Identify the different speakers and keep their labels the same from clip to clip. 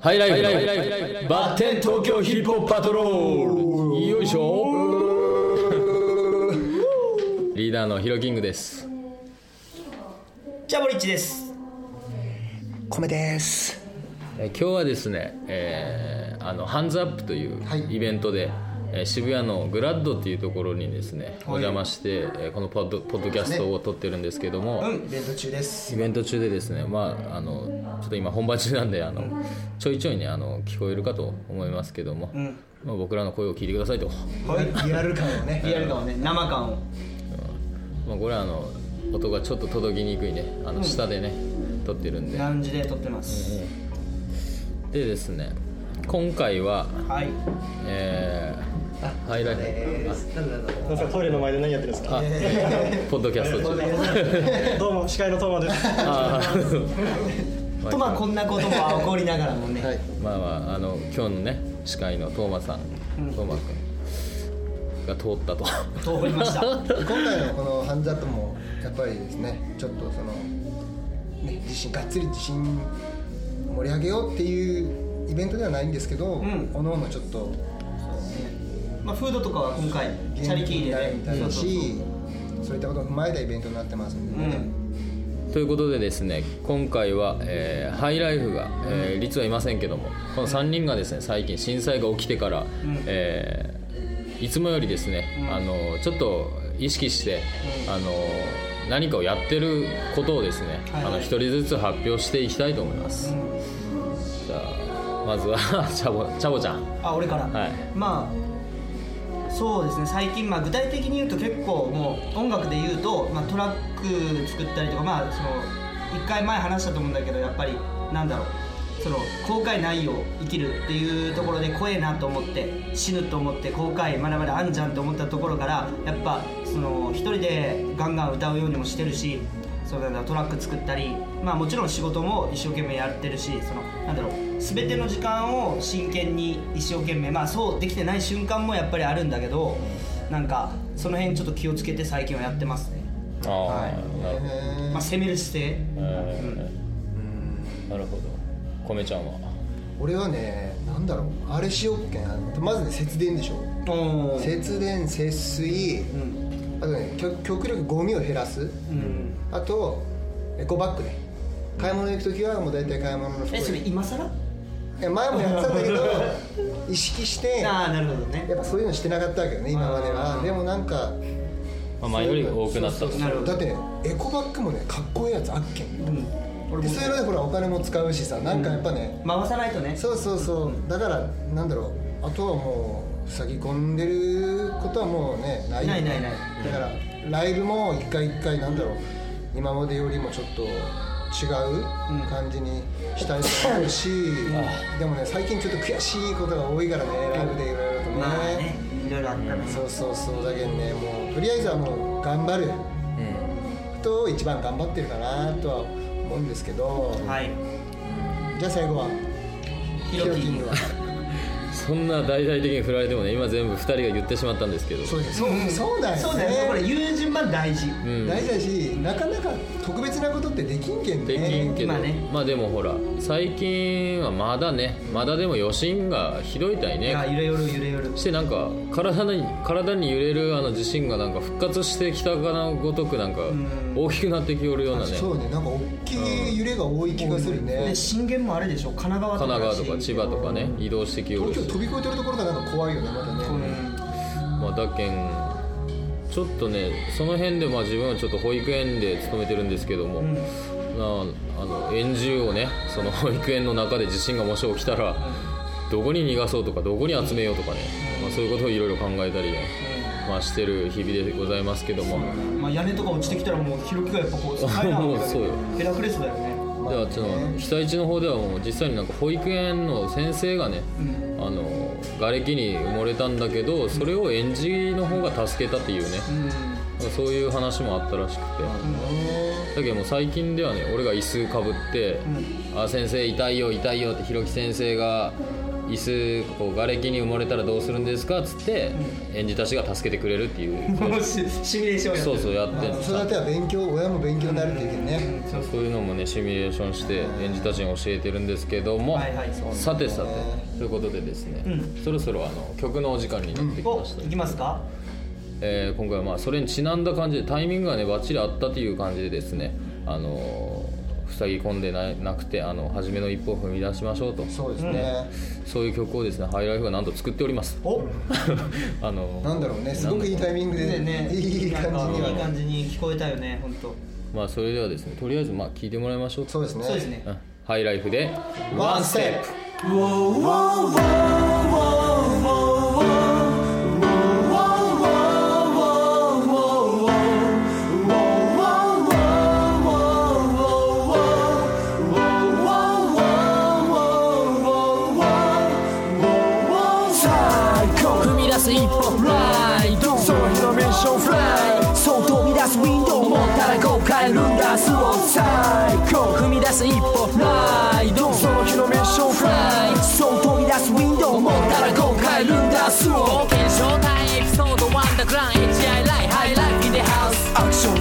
Speaker 1: ハイライフ、バッテン東京ヒップホップパトロールよいし ょリーダーのヒロキングです。
Speaker 2: ジャボリッチです。米です。
Speaker 1: えー今日はですね、えーあのハンズアップという
Speaker 2: はい
Speaker 1: イベントで、えー渋谷のグラッドっていうところにですね、お邪魔して、えーこのポッドポッドキャストを撮ってるんですけども、
Speaker 2: イベント中です。
Speaker 1: イベント中でですね、まあ、あのちょっと今本番中なんであのちょいちょいねあの聞こえるかと思いますけども、まあ、僕らの声を聞いてくださいと、
Speaker 2: はい、リアル感をね。 リアル感をね、生感を。
Speaker 1: まあ、これはあの音がちょっと届きにくいねあの下でね、撮ってるんで
Speaker 2: ラウンジで撮ってます。
Speaker 1: でですね今回は
Speaker 2: はい。
Speaker 1: えー、ハイライフ、
Speaker 3: なんですかトイレの前で何やってるんですか
Speaker 1: あポッドキャスト中
Speaker 3: どうも司会のトーマです
Speaker 1: あー
Speaker 2: とまあこんなことも起こりながらもね。
Speaker 1: まあまああの今日のね司会のトーマさん、トーマ君が通ったと
Speaker 2: 通りま した。
Speaker 4: 今回のこの「ハンズアップ」もやっぱりですねちょっとそのね自信がっつり自信盛り上げようっていうイベントではないんですけど、
Speaker 2: ん
Speaker 4: おのおのちょっと
Speaker 2: まあフードとかは今回チャ
Speaker 4: 元
Speaker 2: リ
Speaker 4: 気
Speaker 2: ティ
Speaker 4: になるみ
Speaker 2: ー
Speaker 4: たい
Speaker 2: でね。
Speaker 4: だ
Speaker 2: そうそう
Speaker 4: しそういったことを踏まえたイベントになってますんで
Speaker 2: そうう
Speaker 4: ね、
Speaker 2: ん。
Speaker 1: ということでですね今回は、えーハイライフが、えー、率はいませんけどもこの3人がですね最近震災が起きてから、えーいつもよりですね、あのちょっと意識して、あの何かをやってることをですね、
Speaker 2: はい
Speaker 1: あの一人ずつ発表していきたいと思います、じゃあまずは チャボチャボちゃん
Speaker 2: あ、俺から。
Speaker 1: はい
Speaker 2: まあ。そうですね最近、まあ、具体的に言うと結構もう音楽で言うと、まあ、トラック作ったりとか、まあ、その1回前話したと思うんだけどやっぱりなんだろうその後悔ないよ生きるっていうところで怖えなと思って死ぬと思って後悔まだまだあんじゃんと思ったところからやっぱその一人でガンガン歌うようにもしてるしそうなんだトラック作ったり、まあ、もちろん仕事も一生懸命やってるしそのなんだろう全ての時間を真剣に一生懸命、まあ、そうできてない瞬間もやっぱりあるんだけどなんかその辺ちょっと気をつけて最近はやってますね、
Speaker 1: ああ、なるほど、
Speaker 4: え
Speaker 2: まあ、攻める姿勢
Speaker 1: えーなるほど米ちゃんは
Speaker 4: ー俺はねなんだろうあれしよっけんあのまずね節電でしょ
Speaker 2: おー
Speaker 4: 節電節水
Speaker 2: うん
Speaker 4: あとね極極力ゴミを減らす
Speaker 2: うん
Speaker 4: あとエコバッグね買い物行く時はもう大体買い物の服
Speaker 2: えそれ
Speaker 4: で
Speaker 2: 今更
Speaker 4: いや前もやってたんだけど 意識してや
Speaker 2: ああなるほどね
Speaker 4: っぱそういうのしてなかったわけどね今まで
Speaker 2: あ
Speaker 4: は
Speaker 2: ー
Speaker 4: でもなんか
Speaker 1: まあ前より多くなったと
Speaker 4: そうそうそう
Speaker 2: なるほど
Speaker 4: だってねエコバッグもねかっこいいやつあっけん
Speaker 2: うん
Speaker 4: でそういうのでほらお金も使うしさなんかやっぱね、
Speaker 2: 回さないとね
Speaker 4: そうそうそうだからなんだろうあとはもう塞ぎ込んでることはもうねないよ
Speaker 2: ないないない
Speaker 4: だからライブも一回一回なんだろう今までよりもちょっと違う感じにしたいと思うし、でもね最近ちょっと悔しいことが多いからねライブでいろいろとね,、
Speaker 2: まあねいろいろあったね
Speaker 4: そうそうそうだけどねもうとりあえずはもう頑張ることを一番頑張ってるかなとは思うんですけど、
Speaker 2: はい
Speaker 4: じゃあ最後は
Speaker 2: ヒロキング
Speaker 4: は
Speaker 1: そんな大々的に振られてもね今全部2人が言ってしまったんですけど
Speaker 4: そうですそうそうだよね
Speaker 2: そうだよねこれ言う順番大事
Speaker 1: うん
Speaker 4: 大事だしなかなか特別なことってできんけん
Speaker 1: できん
Speaker 4: ね
Speaker 1: けど、
Speaker 2: 今ね
Speaker 1: まあでもほら最近はまだねまだでも余震がひどいたい
Speaker 2: いや
Speaker 1: ね
Speaker 2: 揺れよる揺れよる
Speaker 1: してなんか体に体に揺れるあの地震がなんか復活してきたかのごとくなんか
Speaker 2: ん
Speaker 1: 大きくなってきおるようなね
Speaker 4: そうねなんか大きい揺れが多い気がするね
Speaker 2: で震源もあれでしょ神奈川と
Speaker 1: 神
Speaker 2: か
Speaker 1: 奈川とか千葉とかね移動してきおる
Speaker 4: 東京
Speaker 1: し
Speaker 4: 飛び越えてるところがなんか怖いよねまたね、
Speaker 1: まあ、だけんちょっとねその辺でまあ自分はちょっと保育園で勤めてるんですけども、まあ、あの園児をねその保育園の中で地震がもし起きたら、どこに逃がそうとかどこに集めようとかね、まあ、そういうことをいろいろ考えたりね、まあ、してる日々でございますけども、
Speaker 2: うんまあ屋根とか落ちてきたらもうヒロキがやっぱこう
Speaker 1: もう そうよ
Speaker 2: ヘラクレスだよね
Speaker 1: ではちょっと被災地の方ではもう実際になんか保育園の先生がね、あの瓦礫に埋もれたんだけどそれを園児の方が助けたっていうね、そういう話もあったらしくて、だけどもう最近ではね俺が椅子かぶって「あ先生痛いよ痛いよ」ってひろき先生が椅子こう瓦礫に埋もれたらどうするんですかっつって、園児たちが助けてくれるっていう
Speaker 2: もうシシミュレーションやって
Speaker 1: そ
Speaker 2: る
Speaker 1: うそうやって
Speaker 4: 子育ては勉強親も勉強になるといけないね
Speaker 1: そうそういうのもねシミュレーションして園児たちに教えてるんですけども、
Speaker 2: はいはいそうなんです
Speaker 1: さてさてということでですね、
Speaker 2: う
Speaker 1: そろそろあの曲のお時間になってき
Speaker 2: お
Speaker 1: ました、
Speaker 2: いきますか
Speaker 1: えー今回はまあそれにちなんだ感じでタイミングがねバッチリあったという感じでですねあのー塞ぎ込んでななくてあの初めの一歩を踏み出しましょうと
Speaker 4: そうですね、
Speaker 1: そういう曲をですねハイライフがなんと作っております
Speaker 2: お
Speaker 1: あのー
Speaker 4: なんだろうねすごくいいタイミングで、
Speaker 2: ねね
Speaker 4: いい感じに
Speaker 2: なんかいい
Speaker 4: は
Speaker 2: 感じに聞こえたよね本当
Speaker 1: まあそれではですねとりあえずまあ聞いてもらいましょう
Speaker 4: そうですね
Speaker 2: そうですね
Speaker 1: うんハイライフで
Speaker 4: ワンステップ
Speaker 5: 踏み出す一歩ライドその日のミッションフライそう飛び出すウィンドウ思ったらこう変えるんだスロー最高踏み出す一歩ライドその日のミッションフライそう飛び出すウィンドウ思ったらこう変えるんだスロー冒険正体エピソードワンダーグラン HI ライハイライフインデハウス
Speaker 6: アクション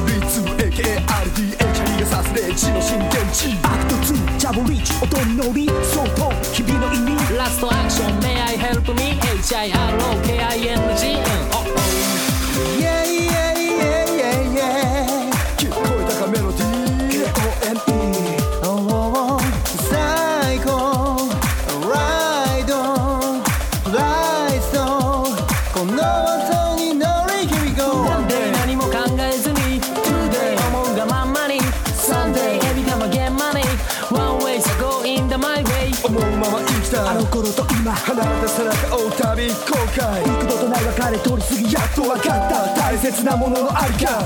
Speaker 6: B2AKRDH リがサスレッジの新天地
Speaker 5: アクト2ジャブリーチ音に乗りそうと日々の意味ラストアクション May I help me HIROKING
Speaker 6: イェイイェイイェイイェイイェイ聞こえたかメロディー KOME 最高ライドライドこの音に乗り Here we go
Speaker 5: なんで何も考えずに Today 思うがまんまに Sunday エビカマゲンマネ One way so go in the my way
Speaker 6: 思うまま生きたあの頃と今離れた背中を追う旅後悔幾度とない別れ通り過ぎやっと分かった大切なもののありか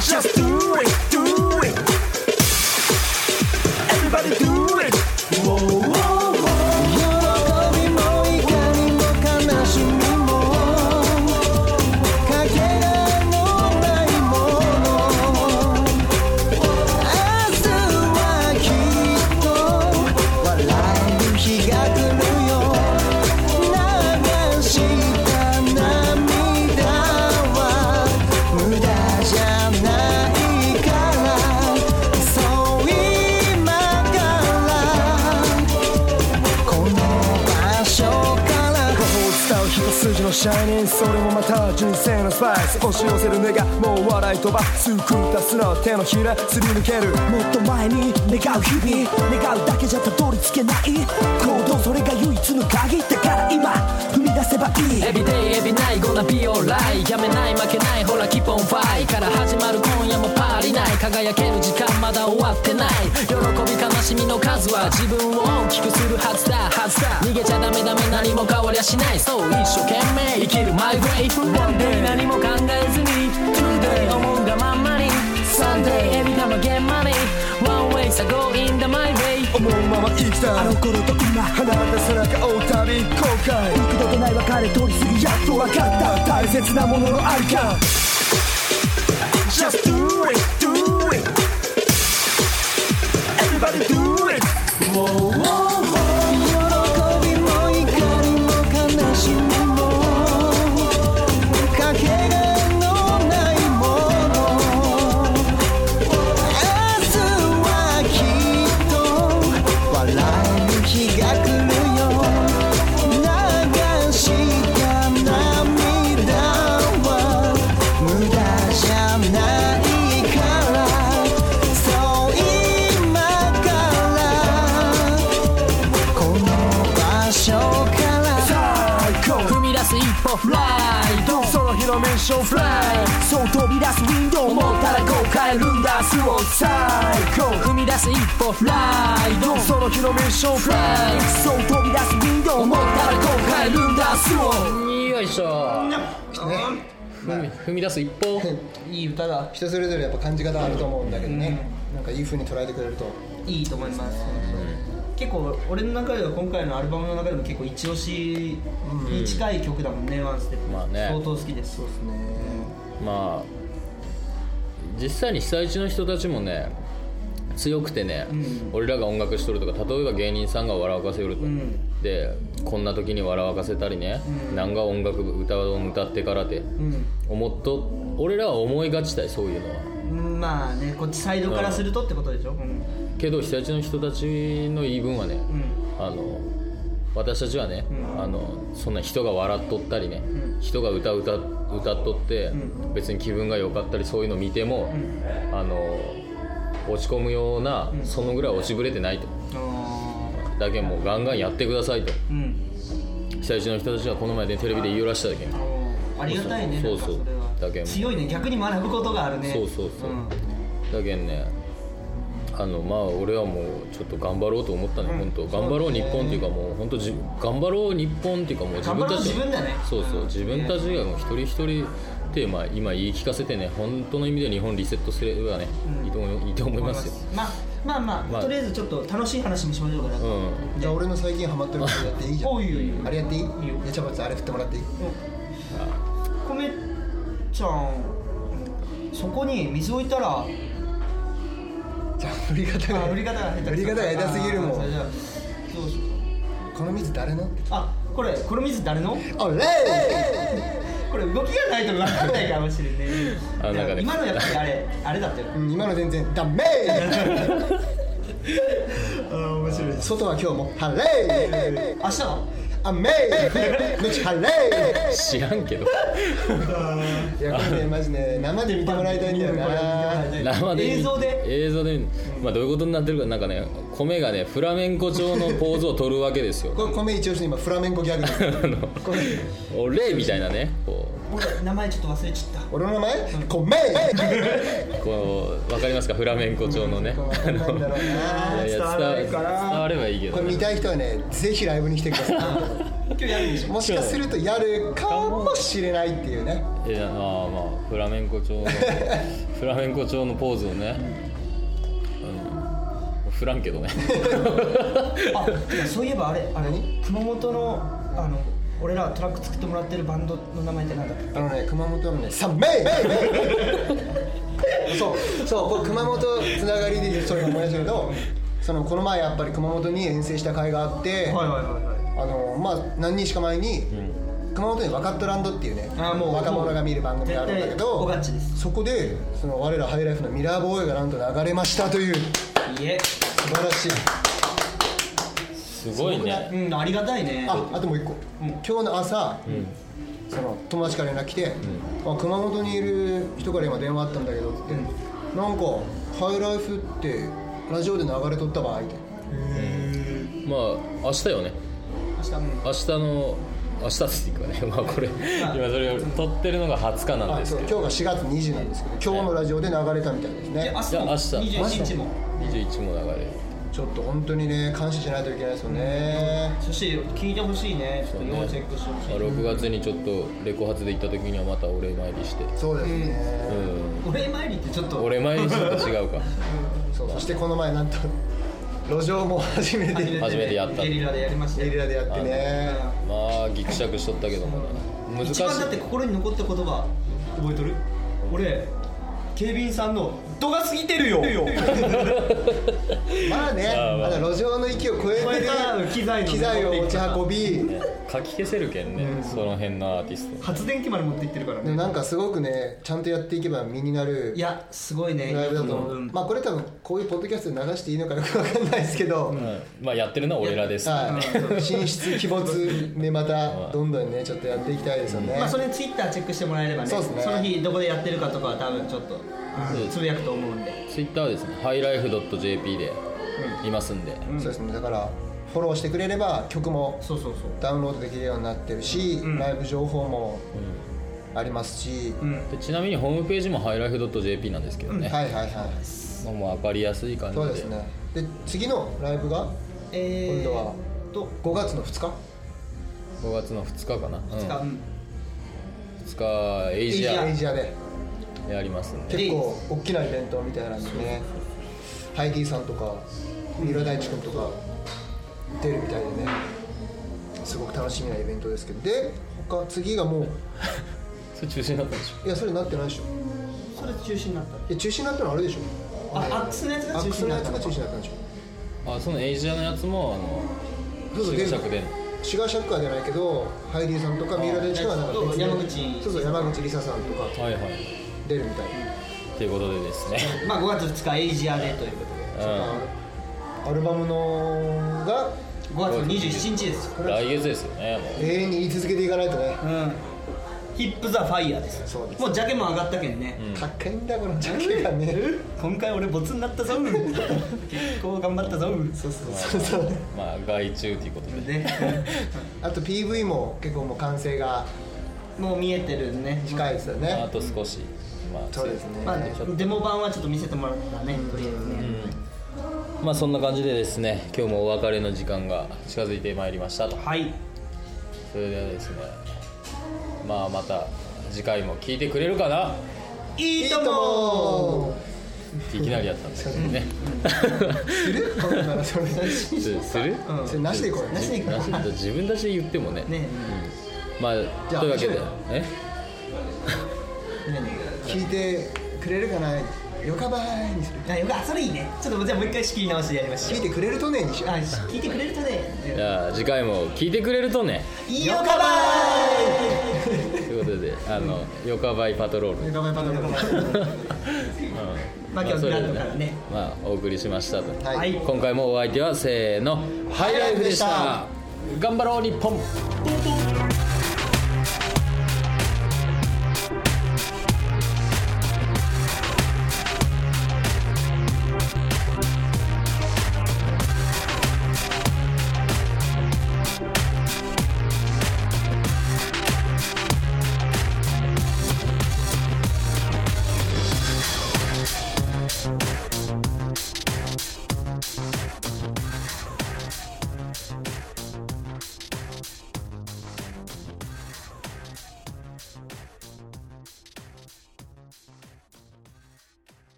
Speaker 6: Just do it, do it Everybody do it 喜びも怒りも悲しみもかけがえのないもの明日はきっと笑える日が来るよ流した涙は無駄じゃないからそう今からこの場所から魔法を伝う一筋のシャイニンそれもまた人生のスパイス押し寄せる願いもう笑い飛ばす食った砂を手のひらすり抜ける
Speaker 5: もっと前に願う日々願うだけじゃたどり着けない行動それが唯一の鍵だから今踏み出せばいい Everyday every night gonna be alright やめない負けないほら keep on fight から始まる今夜もパーリない輝ける時間まだ終わってない喜び悲しみの数は自分を大きくするはずだはずだ逃げちゃダメダメ何も変わりゃしないそう一生懸命生きる my way One day 何も考えずに Today 思うがまんまに Sunday every time I get money One way so go in the my way
Speaker 6: 思うまま生きたあの頃と今離れた背中を追う旅後悔幾度とない別れ通り過ぎやっと分かった大切なもののありか Just do it, do it Everybody do it 喜びも怒りも悲しみもかけがえのないもの明日はきっと笑える日が来るよ流した涙は無駄じゃないからそう今からこの場所から最高
Speaker 5: 踏み出す一歩フライド
Speaker 6: その日のミッションフライそう飛び出すウィンドウ
Speaker 5: 思
Speaker 6: も
Speaker 5: ったらこう変えるんだ
Speaker 6: 明日を最高
Speaker 5: 踏み出す一歩フライド
Speaker 6: その日のミッションフライそう飛び出すウィンドウ
Speaker 5: 思
Speaker 6: も
Speaker 5: ったら後悔ルンダースを
Speaker 1: よいしょ踏み踏み出す一歩
Speaker 2: いい歌だ
Speaker 4: 人それぞれやっぱ感じ方あると思うんだけどね、なんかいい風に捉えてくれると
Speaker 2: いいと思います本当結構俺の中では今回のアルバムの中でも結構一押しに近い曲だもんね、ワンステップ、
Speaker 1: まあね
Speaker 2: 相当好きですそうですね
Speaker 1: まあ実際に被災地の人たちもね強くてね、
Speaker 2: ん
Speaker 1: 俺らが音楽しとるとか例えば芸人さんが笑わかせるとか、
Speaker 2: ん
Speaker 1: でこんな時に笑わかせたりね、
Speaker 2: うん
Speaker 1: なんか音楽歌を歌ってからて、思っと俺らは思いがちだいそういうのは
Speaker 2: うんまあねこっちサイドからするとってことでしょうん
Speaker 1: けど被災地の人たちの言い分はね、
Speaker 2: う
Speaker 1: あの私たちはね、
Speaker 2: うん
Speaker 1: あのそんな人が笑っとったりね、
Speaker 2: うん
Speaker 1: 人が歌う歌歌っとって、
Speaker 2: ん
Speaker 1: 別に気分が良かったりそういうの見ても、
Speaker 2: う
Speaker 1: あの落ち込むような、
Speaker 2: ん
Speaker 1: そのぐらい落ちぶれてないと
Speaker 2: あ
Speaker 1: だけんもうガンガンやってくださいと
Speaker 2: ーうん
Speaker 1: 被災地の人たちはこの前でテレビで言いよらしただけん
Speaker 2: ありがたいね
Speaker 1: そう
Speaker 2: なんか
Speaker 1: そう
Speaker 2: れは
Speaker 1: だけど
Speaker 2: 強いね逆に学ぶことがあるね
Speaker 1: そうそうそう、
Speaker 2: ん
Speaker 1: だけんねあのまあ俺はもうちょっと頑張ろうと思ったね、本当頑張ろう日本っていうかもう本当じ頑張ろう日本っていうかもう自分たち
Speaker 2: 頑張ろう自分だね
Speaker 1: そうそう自分たちがもう一人一人ってまあ今言い聞かせてね本当の意味で日本リセットすればね、
Speaker 2: うん
Speaker 1: いいと思いいいと思いますよ
Speaker 2: まあまあまあ、
Speaker 1: まあ
Speaker 2: とりあえずちょっと楽しい話にしましょうか
Speaker 1: う
Speaker 2: なん
Speaker 4: じゃあ俺の最近ハマってることやっていいじゃん
Speaker 2: おいおいおい
Speaker 4: あれやっていい
Speaker 2: いいよ
Speaker 4: やちゃばつあれ振ってもらっていい
Speaker 2: 米ちゃんそこに水置いたら
Speaker 4: じゃあ振り方
Speaker 2: あ
Speaker 4: が
Speaker 2: 売り方が下手
Speaker 4: 振り方が下手すぎるも
Speaker 2: あそれじ
Speaker 4: ん
Speaker 2: ゃあどうしよ
Speaker 4: この水誰の
Speaker 2: うあこれこの水誰の
Speaker 4: オレ
Speaker 2: これ動きがないと分かんないかもしれないね
Speaker 1: あなんかね
Speaker 2: 今のやっぱりあれあれだったよ
Speaker 4: うん今の全然ダメ
Speaker 2: 面白い
Speaker 4: 外は今日も晴れ
Speaker 2: 明日は
Speaker 4: 雨後晴れ
Speaker 1: 知らんけど
Speaker 4: いやこれねマジね生で見てもらいたいんだよな
Speaker 1: 生で見
Speaker 2: 映像で
Speaker 1: 映像で見まあどういうことになってるかなんかね米がねフラメンコ調のポーズを取るわけですよ
Speaker 4: これ米一押しの今フラメンコギャグです
Speaker 1: あの俺みたいなねこう
Speaker 2: 俺名前ちょっと忘れちゃっ
Speaker 4: 俺の名前米
Speaker 1: こうわかりますかフラメンコ調のね
Speaker 4: わかんないんだろう
Speaker 1: あの
Speaker 4: ない
Speaker 1: やいや伝わ伝わればいいけ
Speaker 4: こ
Speaker 1: ど
Speaker 4: れ見たい人はねぜひライブに来てくださ
Speaker 2: た今日やるんでし
Speaker 4: い
Speaker 2: ょ
Speaker 4: もしかするとやるかもしれないっていうね
Speaker 1: いやあーまあフラメンコ 調のフラメンコ調のポーズをねあの振らんけどね
Speaker 2: あてかそういえばあれあれ
Speaker 4: 何
Speaker 2: 熊本のあの俺らトラック作ってもらってるバンドの名前ってなんだっけ
Speaker 4: あのね熊本のねサメそうそうこれ熊本つながりでそれが思い出したけどそのこの前やっぱり熊本に遠征した会があっ
Speaker 2: は
Speaker 4: て、
Speaker 2: いはいはい
Speaker 4: あのまあ何日か前に、熊本にワカットランドっていうね
Speaker 2: あーもう
Speaker 4: 若者が見る番組があるんだけ
Speaker 2: もう
Speaker 4: ど
Speaker 2: 絶対おがっちです
Speaker 4: そこでその我らハイライフのミラーボーイがなんと流れましたという素
Speaker 2: いえ
Speaker 4: 晴らしい
Speaker 1: すごいね
Speaker 2: うんありがたいね
Speaker 4: ああともう一個、今日の朝、その友達から連絡来て、あ熊本にいる人から今電話あったんだけどって、なんかハイライフってラジオで流れとった場合って
Speaker 1: まあ明日よね
Speaker 2: 明日うん
Speaker 1: 明日の明日っていうかね まあこれ今
Speaker 2: あ
Speaker 1: それを撮ってるのが20日なん
Speaker 4: あ
Speaker 1: です
Speaker 4: そう
Speaker 1: け
Speaker 4: 今
Speaker 1: ど
Speaker 4: 日が4月20なんですけど今日のラジオで流れたみたいです
Speaker 2: で
Speaker 4: ね
Speaker 2: 明
Speaker 1: じゃあ明日
Speaker 2: 日も21日も
Speaker 1: 21も流れる
Speaker 4: ちょっと本当にね感謝しないといけないですよね、
Speaker 2: そして聞いてほしいねちょっと要チェックしてほしい
Speaker 1: まあ6月にちょっとレコ発で行った時にはまたお礼参りして
Speaker 4: そうですね、
Speaker 1: うん
Speaker 2: お礼参りってちょっと
Speaker 1: お礼参りちょっと違うか
Speaker 4: そうそしてこの前なんと 路上も初めて
Speaker 1: 初めてやった
Speaker 2: ゲリラでやりました
Speaker 4: ゲリラでやってね
Speaker 1: まあぎくしゃくしとったけどもね難しい
Speaker 2: 一番だって心に残った言葉覚えとる俺警備員さんの「度が過ぎてるよ」
Speaker 4: まあね
Speaker 1: まあま
Speaker 4: ま
Speaker 1: あ
Speaker 4: だ路上の域を超えて
Speaker 2: 超えた機材の
Speaker 4: 機材を持ち運び
Speaker 1: 書き消せるけんね、その辺のアーティスト
Speaker 2: 発電機まで持っていってるから
Speaker 4: でも
Speaker 2: ね
Speaker 4: なんかすごくねちゃんとやっていけば身になる
Speaker 2: いやすごいね
Speaker 4: ライブだと思う、
Speaker 2: ん
Speaker 4: まあこれ多分こういうポッドキャストで流していいのかよくわかんないですけど、
Speaker 1: うんまあやってるのは俺らです、
Speaker 4: はい、進出鬼没ねまたどんどんねちょっとやっていきたいですよね、
Speaker 2: まあそれツイッターチェックしてもらえればね
Speaker 4: そうっすね
Speaker 2: の日どこでやってるかとかは多分ちょっとあの
Speaker 1: うん
Speaker 2: つぶやくと思うんで
Speaker 1: ツイッターはですね highlife.jp でいますんで、
Speaker 4: そうですねだからフォローしてくれれば曲も
Speaker 2: そうそうそう
Speaker 4: ダウンロードできるようになってるし、ライブ情報もありますし、
Speaker 1: でちなみにホームページも highlife.jp なんですけどね、
Speaker 4: はいはいはい
Speaker 1: まあもう分かりやすい感じ
Speaker 4: そ
Speaker 1: で
Speaker 4: うですねで次のライブが
Speaker 2: えー
Speaker 4: 今度は
Speaker 2: と
Speaker 4: 5月の2日
Speaker 1: 5月の2日かな、うん
Speaker 2: あうん
Speaker 1: 2日エイジ
Speaker 4: エイ
Speaker 1: ア
Speaker 4: ジアで
Speaker 1: でやりますんで
Speaker 4: 結構大きなイベントみたいなんでねハイディさんとか三浦大知君とか出るみたいでねすごく楽しみなイベントですけどで他次がもう
Speaker 1: それ中止になったでし
Speaker 4: いやそれなってないでしょ
Speaker 2: それ中止になった
Speaker 4: いや中止になったのあれでしょ
Speaker 2: あアックスのやつ
Speaker 4: ア
Speaker 2: が
Speaker 4: ッ
Speaker 2: 中
Speaker 4: クス
Speaker 2: 心
Speaker 4: の
Speaker 2: だ
Speaker 4: や
Speaker 2: っ
Speaker 4: つ
Speaker 2: たの
Speaker 4: が中心だったんでしょ
Speaker 1: あそのエイジアのやつもあの
Speaker 4: そうそう
Speaker 1: シグ
Speaker 4: 出
Speaker 1: シ
Speaker 4: る
Speaker 1: ャクで
Speaker 4: シガーシャックは出ないけどハイリーさんとか三浦大知はなかった
Speaker 2: と山口
Speaker 4: そうそう山口梨沙さんとか
Speaker 1: はいはい
Speaker 4: 出るみたい
Speaker 1: っていうことでですね、
Speaker 2: まあ5月2日エイジアでということで
Speaker 1: う
Speaker 4: アルバムのが
Speaker 2: 5月の27日です
Speaker 1: ん、来月ですよねもう
Speaker 4: 永遠に言い続けていかないとね
Speaker 2: うんヒップ・ザ・ファイヤーです
Speaker 4: そうです
Speaker 2: もうジャケも上がったけんね、
Speaker 4: 高いんだこのジャケがね
Speaker 2: 今回俺ボツになったぞ結構頑張ったぞそうそう
Speaker 4: そうそう
Speaker 1: まあ外注ということで
Speaker 2: ね
Speaker 4: あと PV も結構もう完成が
Speaker 2: もう見えてるね
Speaker 4: 近いですよ
Speaker 1: まああ
Speaker 4: ね
Speaker 1: と少しまあ
Speaker 4: そうですね
Speaker 2: まあ、デモ版はちょっと見せてもらったねとりあえずね、
Speaker 1: まあそんな感じでですね今日もお別れの時間が近づいてまいりましたと
Speaker 2: はい
Speaker 1: それではですねまあまた次回も聞いてくれるかない
Speaker 2: いとも
Speaker 1: っていきなりやったんですけどね
Speaker 4: するこんな のそれ
Speaker 1: する
Speaker 4: それなしでいこうよね
Speaker 1: なしで自分たちで言ってもね
Speaker 2: ね
Speaker 1: まあ
Speaker 4: じゃあ
Speaker 1: というわけで
Speaker 4: 面
Speaker 1: え
Speaker 2: えね
Speaker 4: 聞いてくれるかなよかばーいにする
Speaker 2: えあよかそれいいねちょっとじゃあもう一回仕切り直してやりましょ
Speaker 4: 聞いうてくれるとねにしよう
Speaker 2: あ 聞いてくれるとね
Speaker 1: じゃあ次回も聞いてくれるとね
Speaker 2: いいよかば
Speaker 1: と
Speaker 2: ーい
Speaker 1: いうことであのヨカバイパトロール
Speaker 4: よかばいパトロール
Speaker 2: まあ今日
Speaker 1: それで
Speaker 2: グランドからね
Speaker 1: まあお送りしましたと、
Speaker 4: はい
Speaker 1: 今回もお相手はせーのハイライフでした頑張ろう日本
Speaker 4: 「